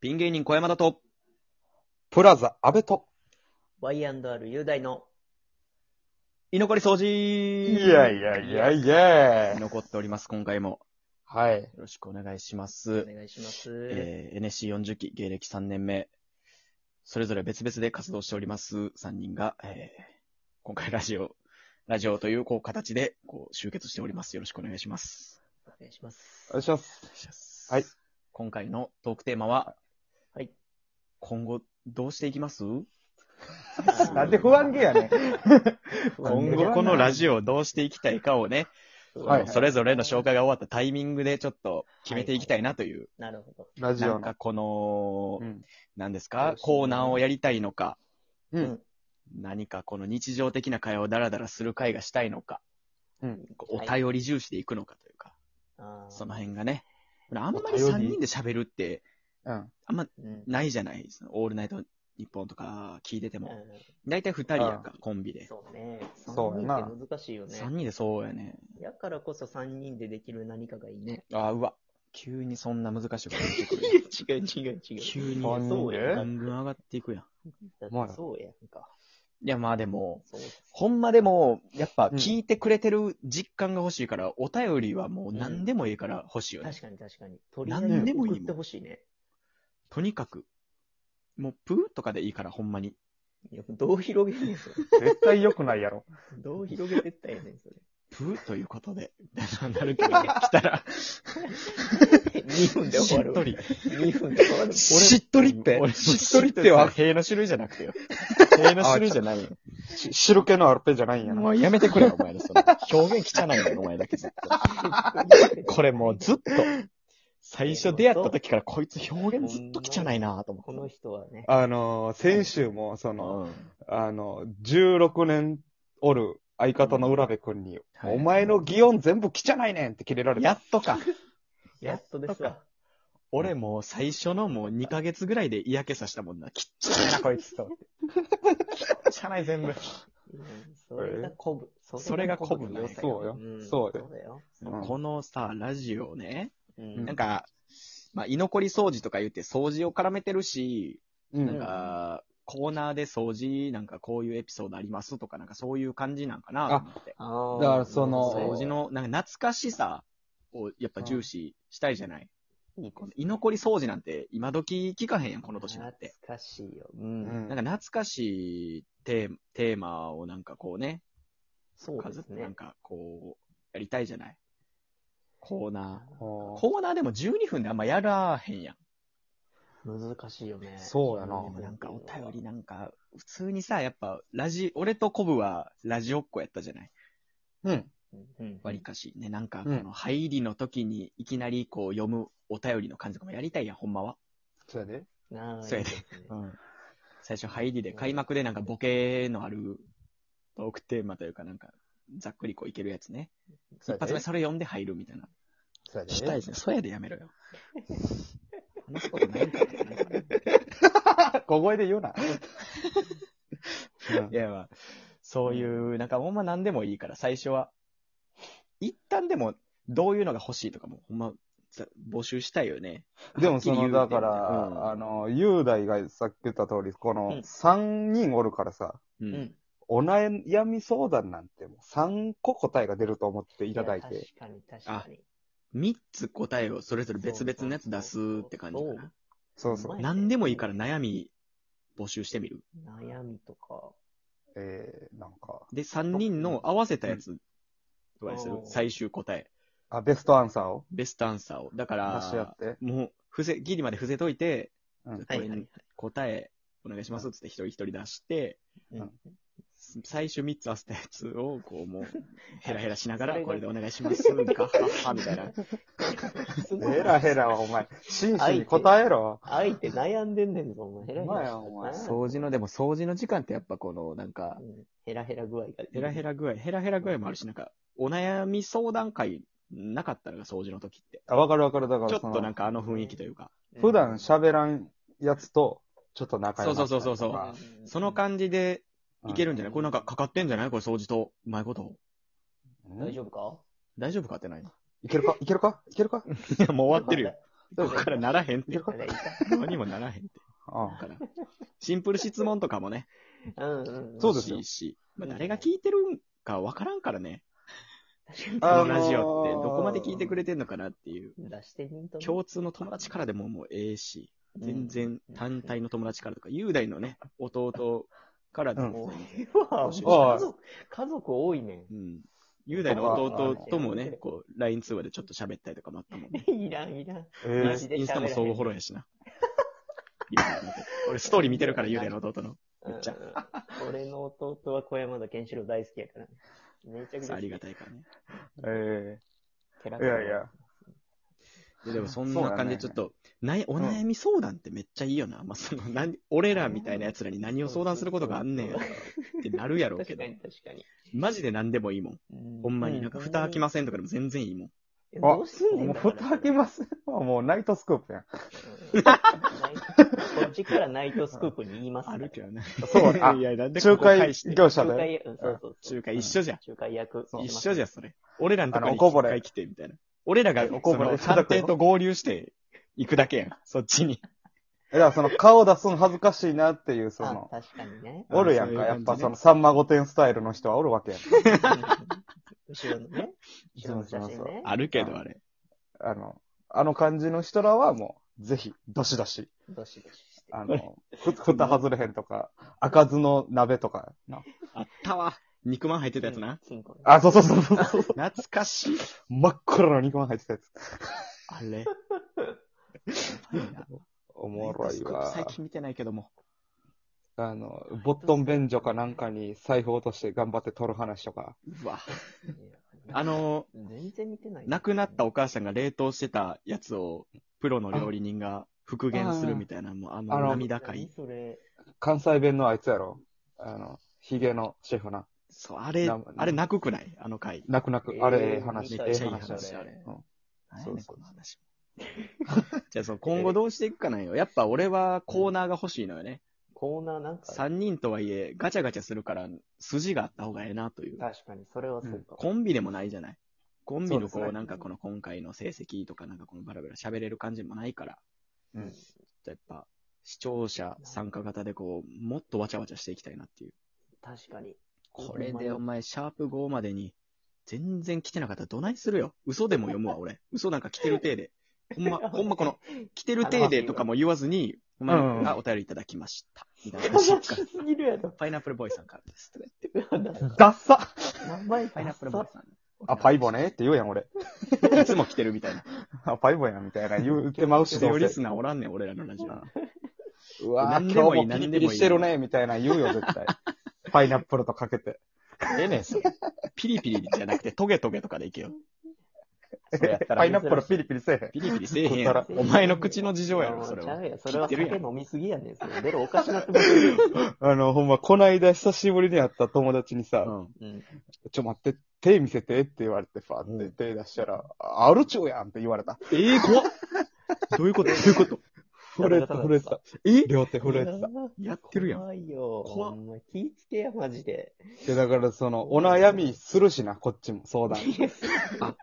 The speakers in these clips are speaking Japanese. ピン芸人小山だと、プラザ、安倍と。 Y&R 雄大の。居残り掃除いやいやいやいや残っております、今回も。はい。よろしくお願いしまおす。願いします。えー、NSC40 期、芸歴3年目、それぞれ別々で活動しております3人が、えー、今回ラジオ、ラジオという、こう、形で、こう、集結しております。よろしくお願いします。お願いしますお願。いします。はい。今回のトークテーマは、はい。今後、どうしていきますなんで不安げやねん。今後、このラジオをどうしていきたいかをね、オはいそれぞれの紹。介が終わったタイミングでちょっと決めていきたいなという、なるほど。ラジなオんのか。この、うん。何ですそうかで、すねコーナーをやりたいのか、うん。何かこの日常的な会話をダラダラする会がしたいのか、うん。こうお便り重視でいくのかというか、あーその。辺がね、あんまりお便り3人で喋るってうん。うん。ないじゃないですか。オールナイト日本とか聞いててうも。んだいたい2人やんか、コンビで。そうね。そうやな三人って難しいよ3ね。人でそうやね。やからこそ3人でできる何かがいいね。あーうわ。急にそんな難しいこと言ってくるや ん。違う違う違急に三人でどんどん上がっていくやん。まあそうやんか。いや、まあでも、そうですほんまでも、やっぱうん聞いてくれてる実感が欲しいから、お便りはもう何でもいいから欲しいよね。確かに確かに。とりあ何えでずもいいもん送ってほしいね。とにかく、もうプーとかでいいから、ほんまに。いやどう広げてんねんそれ。絶対良くないやろ。どう広げてったんやねん、それ。 プーということ で、なるけどね、来たら、 2分でし終わっる。とり。 2分で終わる。しっとりって俺もししっっととりりっっててはは塀の種類じゃなく てよ。塀の種類じゃないよ。し汁気のあるペじゃないんやな。もうやめてくれよ、お前ら。その表現汚いよ、お前だけずっと。 これもうずっと、最初出会った時からこいつ表現ずっと汚いなぁと思この人はね、あのー、先週も、その、って。あの、16年おる相方の浦部くんに、はいお前の擬音全部汚いねんって切れられやた。っとか。やっとですわ。俺もう最初のもう2ヶ月ぐらいで嫌気さしたもんな。きっちゃいな、こいつと。きっちゃない、全部。うんそれがこぶ。それがこぶの良さそうよんそうよそうだよ。うんこのさ、ラジオね、うんなんか、まあ、居残り掃除とか言って掃除を絡めてるし、うんなんか、コーナーで掃除、なんかこういうエピソードありますとか、なんかそういう感じなんかなと思って。あーだからその掃そう除の、なんか懐かしさをやっぱ重視したいじゃない。いいここの居残り掃除なんて今時聞かへんやん、この年にな懐って。かしいよ。う。うんんなんか懐かしいテーマテーマをなんかこうね、そうです数なねん。かこう、やりたいじゃない。コーナー。こうコーナーでも12分であんまやらへんやん。難しいよね。そうやなでんもなんかお便りなんか、普通にさ、やっぱラジ、俺とコブはラジオっ子やったじゃない。うん。うん。わりかし。ね、なんかこうんの入りの時にいきなりこう読むお便りの感じとかもやりたいやん、ほんまは。そうやで。なあそうやねいいですね最初入りで開幕でなんかボケのあるトークテーマというかなんか、ざっくりこういけるやつね。一そうやで発目それ読んで入るみたいな。そうやでしたいですね。そやでやめろ よ。話すことないんかい小声で言うな。うんや、まあ、そういう、なんかほんま何でもいいから、最初は。一旦でも、どういうのが欲しいとかも、ほんま、ざ募集したいよね。でもそはっの、きり言うだてねから、あの、雄大がさっき言った通り、こうのん3人おるからさ、う。うんん。お悩み相談なんてもう3個答えが出ると思っていただいて。や。確かに確かに。三つ答えをそれぞれ別々のやつ出すって感じかそうな。そうそううま。い何でもいいから悩み募集してみる。悩みとか。えー、なんか、で、三人の合わせたやつとかにするう。ん最終答え。あ、ベストアンサーをベストアンサーを。だか出し合らっ、て。もう、伏せ、ギリまで伏せといて、うんじゃあはいこはれいはい。答えお願いしますっつって一人一人出して、うん最終3つ合わせたやつを、こうもう、ヘラヘラしながら、それがこれでお願いします、ガッハッハみたいな。す ごいヘラヘラはお前、真摯に答えろ。相手悩んでんねんぞ、お前。ヘラヘまあラやお前して掃除の、でも掃除の時間ってやっぱこの、なんかう、んヘラヘラ具合が。ヘラヘラ具合、ヘラヘラ具合もあるし、なんか、お悩み相談会なかったのが掃除の時って。あ、わかるわかる。だからちょっそのとなんかあの雰囲気というか、うん。普段喋らんやつと、ちょっと仲良くなったりとそうそうそうかうんその感じでいけるんじゃないうんこれなんかかかってんじゃないこれ掃除と、うまいこと。うん大丈夫か大丈夫かってないいいけるかいけるかいけるかや、もう終わってるよ。だからならへんって。だからいいかどうにもならへんって。だから、シンプル質問とかもね、うんうんうん。そう ですよ欲しいしまあ、誰が聞いてるんかわからんからね。こあののラージオってどこまで聞いてくれてんのかなっていう。出してみんとね。共通の友達からでももうええし、う全ん然単体の友達からとか、雄大のね、弟からでも、うわおい家族、家族多いねうん。雄大の弟ともね、こう、LINE 通話でちょっと喋ったりとかもあったもんね。 ん。いらん、いらん。えイン マージスで喋らへんインスタも相互フォローやしな。 いや俺、ストーリー見てるから、雄大の弟の。めっちゃうん俺の弟は小山田健志郎大好きやからね。めちゃくちさゃあ好あきりがたいからね。え寺ーい川やいや。ででも、そんそうだなね感じで、ちょっと、ないお悩み相談ってめっちゃいいよな。まあ、その、何、俺らみたいな奴らに何を相談することがあんねんやってなるやろうけ確どか、に確かに。マジで何でもいいもん。ほんまになんか、蓋開きまませんとかでも全然いいもん。あどうすんねんもう蓋開けまます。もうナイトスクープやん。こっちからナイトスクープに言います。あるけどね。そう、あい、や、なんでこ仲こ返介して業者仲で。介、うんそうそうそう。仲介一緒じゃん。仲介役。そう一緒じゃゃん、それ。俺らのとこにあのおこぼ一れ回来て、みたいな。俺らが、おこそぼの、れ探偵と合流して行くだけやん。そっちに。いや、その顔出すの恥ずかしいなっていう、そあの、、。確か にねおるやあんか。そういう感じねやっぱその、さんま御殿スタイルの人はおるわけやん。後ろのね。後ろの写真ね。あるけど、あれ。あの、あの感じの人らはもう、ぜひ、どしどし、どしどしして。あの、ふ、蓋外れへんとか、開かずの鍋とかな。あったわ。肉まん入ってたやつな。金庫ねあ、そうそうそうそうそう。懐かしい。真っ黒の肉まん入ってたやつ。あれ。おおもろいわ。最近見てないけども。あの、ボットン便所かなんかに財布落として頑張って取る話とか。うわ。いやあの、全然似てない。亡くなったお母さんが冷凍してたやつを、プロの料理人が復元するみたいな、もうああのの涙かい何。それ、関西弁のあいつやろ。あの、ヒゲのシェフな。そう、あれな、あれ泣くくないあの回。泣く泣くえ。ーあれ、ええめっ話。ちえゃえいい話あれ。話あれ。うん何そやうねんそこうの話。 じゃあそう、今後どうしていくかなんよ。やっぱ俺はコーナーが欲しいのよね。コーナーなんか、 3人とはいえ、ガチャガチャするから、筋があった方がええなという。確かに、それはそうか。コンビでもないじゃない。コンビのこそうですう、ねなんかこの今回の成績とか、なんかこのバラバラ喋れる感じもないから。うんちょっとやっぱ、視聴者参加型でこう、もっとわちゃわちゃしていきたいなっていう。確かに。これでお前、シャープ5までに、全然来てなかったらどないするよ。嘘でも読むわ、俺。嘘なんか来てる体で。 ほんま、ほんまこの、来てる体でとかも言わずに、お前うんがお便りいただきました。みたいな悲話しから。すぎる やろ。パイナップルボーイさんからです。とか言ってダッサ名前パイナップルボーイさん。あ、パイボねって言うや ん、俺。いつも来てるみたいな。あ、パイボやん、みたいな言うてまうし、そどううリせス。ナーおらんねん、俺らのラジオ。うわ何でぁ、今もい日いもピリピリしてるね、みたいな言うよ、絶 対。パイナップルとかけて。ええねん、それ。ピリピリじゃなくて、トゲトゲとかでいけよ。それやったら パイナップルピリピリせえへん。ピリピリせえへんやころっ。お前の口の事情やろ、それち ゃは。うやんそれは聞いてる酒やん飲みすぎやねん。それベロおかしなってますよ。あの、ほんま、こないだ久しぶりに会った友達にさ、うん。うん。ちょ待って、手見せてって言われて、ファーって手出したら、アルチューやんって言われた。ええ怖っどういうことどういうこと震えてた、震えてた。え両手震えてた。やってるやん。怖いよ。怖っほんま、気ぃつけや、マジで。いや、だからその、お悩みするしな、こっちも、 相談。 あ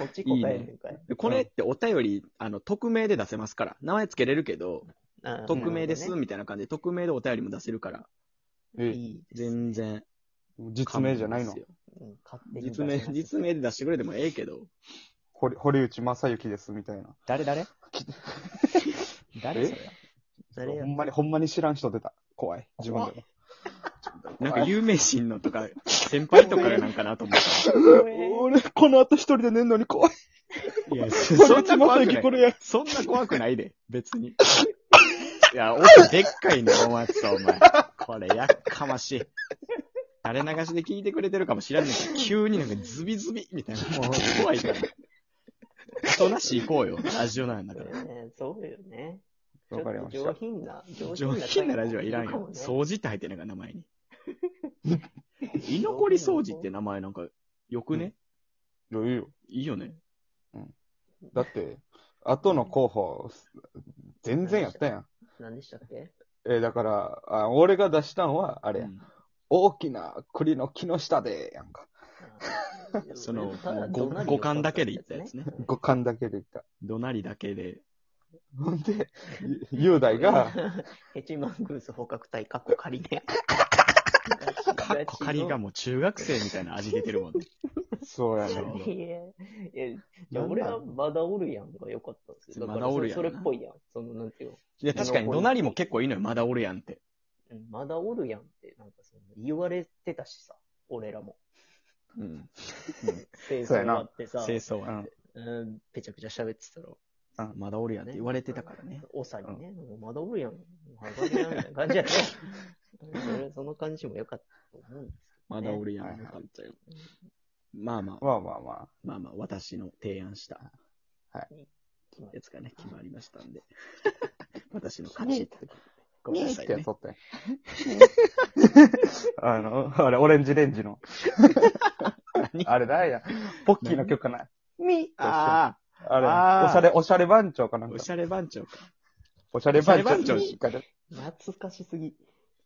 こっち答えんねんかい。これってお便り、あの、匿名で出せますから。名前つけれるけど、あ匿名です、なるみたいな感じで、匿名でお便りも出せるから。ほどえね、いいですね。全然。実名じゃないの勘弁。ですようん勝手に出し実ます名、実名で出してくれてもええけど。堀堀内正幸です、みたいな。誰誰 誰えそれ誰やほんまに、ほんまに知らん人出た。怖い。自分でも。なんか有名人のとか、先輩とかがなんかなと思っ怖え俺、この後一人で寝んのに怖い。た。いや、そんな怖くな堀内正い幸。これや。そんな怖くない で、別に。いや、音でっかいね、お前さ、お前。これ、やっかましい。垂れ流しで聞いてくれてるかもしらんねんけ ど、急になんかズビズビみたいな。もう怖いから。人なし行こうよ、ラジオなんだから。ねそうよね。わかりましちょったと。上品な、上品なラジオはいらんよ。う。掃除って入ってんねんから、名前 に。居残り掃除って名前なんか、よくね、いやいいよ。いいよね。だって、後の候補、全然やったやん。何でしたっけえーだから、あ俺が出したんは、あれや、うん大きな栗の木の下で、やんか。 その、ご五感だけで言ったやつね。五感だけで言った。怒鳴りだけで、ほ んで、ゆ雄大が、ヘチマングース捕獲隊、カッコ仮ね。カッコカリがもう中学生みたいな味出てるもんね。そうやいやね。いや、じゃあ俺はまだおるやんとかよかったんですよ。だからまだおるやんそれそれっぽいやん。その、なんていうの。いや、確かに、怒鳴りも結構いいのよ。まだおるやんって。うんまだおるやんって、なんかその、言われてたしさ、俺らも。うん。清そう掃やな終わってさ、清掃うは。ん。うん、ぺちゃくちゃ喋ってたら、あ、まだおるやんって言われてたからね。おさにね、もうまだおるやん。早くやんみたい な感じやね。うんそれその感じも良かったと思うんですまだおるやん。はいはいよかったよまあまあ、まあまあままあまあ、私の提案したけど。やつがね、決まりましたんで。私のあ。勝ち。ごめんなさいってねやつ。おったんやあの、あれ、オレンジレンジの。あれ誰や。ポッキーの曲かな。みああれ、あーおしゃれ、おしゃれ番長かなあ、んかお。しゃれ番長か。おしゃれ番長。おしゃれ番懐かしすぎ。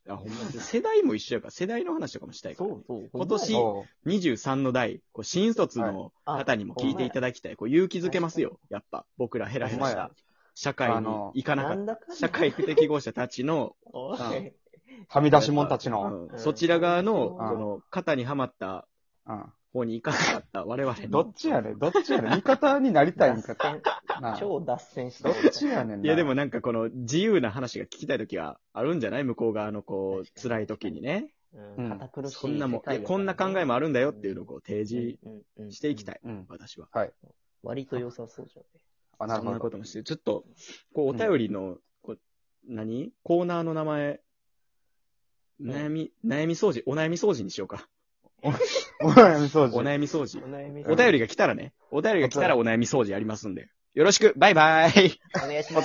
あ、ほんまに世代も一緒やから、世代の話とかもしたいから、ね。そう今年おう23の代、こう新卒のあ方にも聞いていただきたい。こう勇気づけますよ。やっぱ、僕らヘラヘラしほんまたや。社会にあの行かなかなっんだかんた。だ社会不適合者たちの、おいうんはみ出し者たちの。うんうんそちら側の、うんこの、肩にはまったう方に行かなかった我々ん。の。どっちやねん、どっちやねん。味方になりたいん脱か。線なあ超脱線した。どっちやねんな。いやでもなんかこの自由な話が聞きたい時があるんじゃない向こう側のこ確う、かに辛い時にね。う、うんん堅苦しい世界だかそらね。んなもん、いや、こんな考えもあるんだよっていうのをこう提示うんしていきたい。い。うん。私は。割と良さそうじゃあ、ん。なそんるほなこど。ともして、ちょっと、こう、お便りの、こう、何コーナーの名前、ん悩み、悩み掃除、お悩み掃除にしようか。お悩み掃お除。悩み掃除。悩みお便りが来たらね、お便りが来たらお悩み掃除やりますんで。よろしくバイバイお願いします。